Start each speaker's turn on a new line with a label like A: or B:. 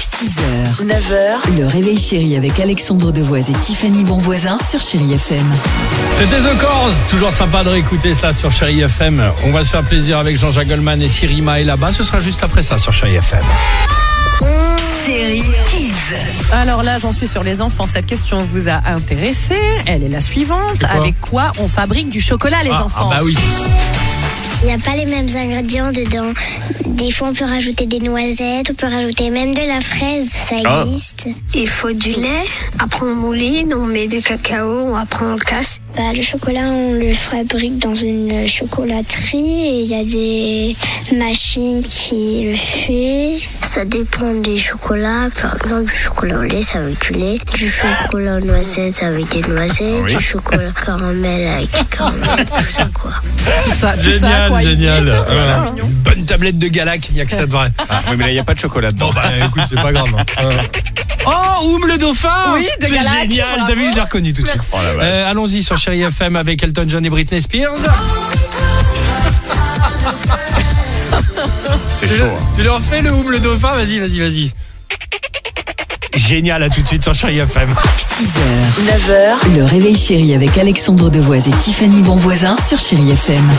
A: 6h, 9h, le réveil chéri avec Alexandre Devoise et Tiffany Bonvoisin sur Chéri FM.
B: C'était The Corrs, toujours sympa de réécouter cela sur Chéri FM. On va se faire plaisir avec Jean-Jacques Goldman et Sirima et là-bas. Ce sera juste après ça sur Chéri FM.
A: Chéri Kids.
C: Alors là, j'en suis sur les enfants. Cette question vous a intéressé. Elle est la suivante.
B: C'est quoi
C: Avec quoi on fabrique du chocolat, les
B: ah, ah
C: enfants
B: bah oui.
D: Il n'y a pas les mêmes ingrédients dedans. Des fois, on peut rajouter des noisettes, on peut rajouter même de la fraise, ça
B: Ah.
D: existe.
E: Il faut du lait. Après, on mouline, on met du cacao, après, on le casse.
D: Bah, le chocolat, on le fabrique dans une chocolaterie et il y a des machines qui le fait. Ça dépend des chocolats. Par exemple, du chocolat au lait, ça avec du lait. Du chocolat aux noisettes, ça avec des noisettes.
B: Ah Oui.
D: Du chocolat caramel avec du caramel, tout ça, quoi.
C: Tout ça, tout ça,
B: Génial,
C: quoi, il dit. Ah,
B: génial. Voilà. Bonne tablette de Galac, il n'y a que ça de vrai.
F: Ah, Oui, mais là, il n'y a pas de chocolat dedans.
B: Bon bah écoute, c'est pas grave. hein. Euh. Oh, Oum le dauphin
C: Ah. Oui, de
B: C'est
C: Galac,
B: génial,
C: bravo.
B: t'as vu, je l'ai reconnu tout de suite.
F: Oh la vache.
B: Euh, Allons-y sur Chéri FM avec Elton John et Britney Spears.
C: Ah.
F: C'est
B: Tu
F: chaud.
B: le-
F: hein.
B: Tu leur fais le Oum le dauphin Vas-y, vas-y, vas-y. Génial, à tout de suite sur Chéri FM.
A: 6h, 9h, le réveil chéri avec Alexandre Devoise et Tiffany Bonvoisin sur Chéri FM.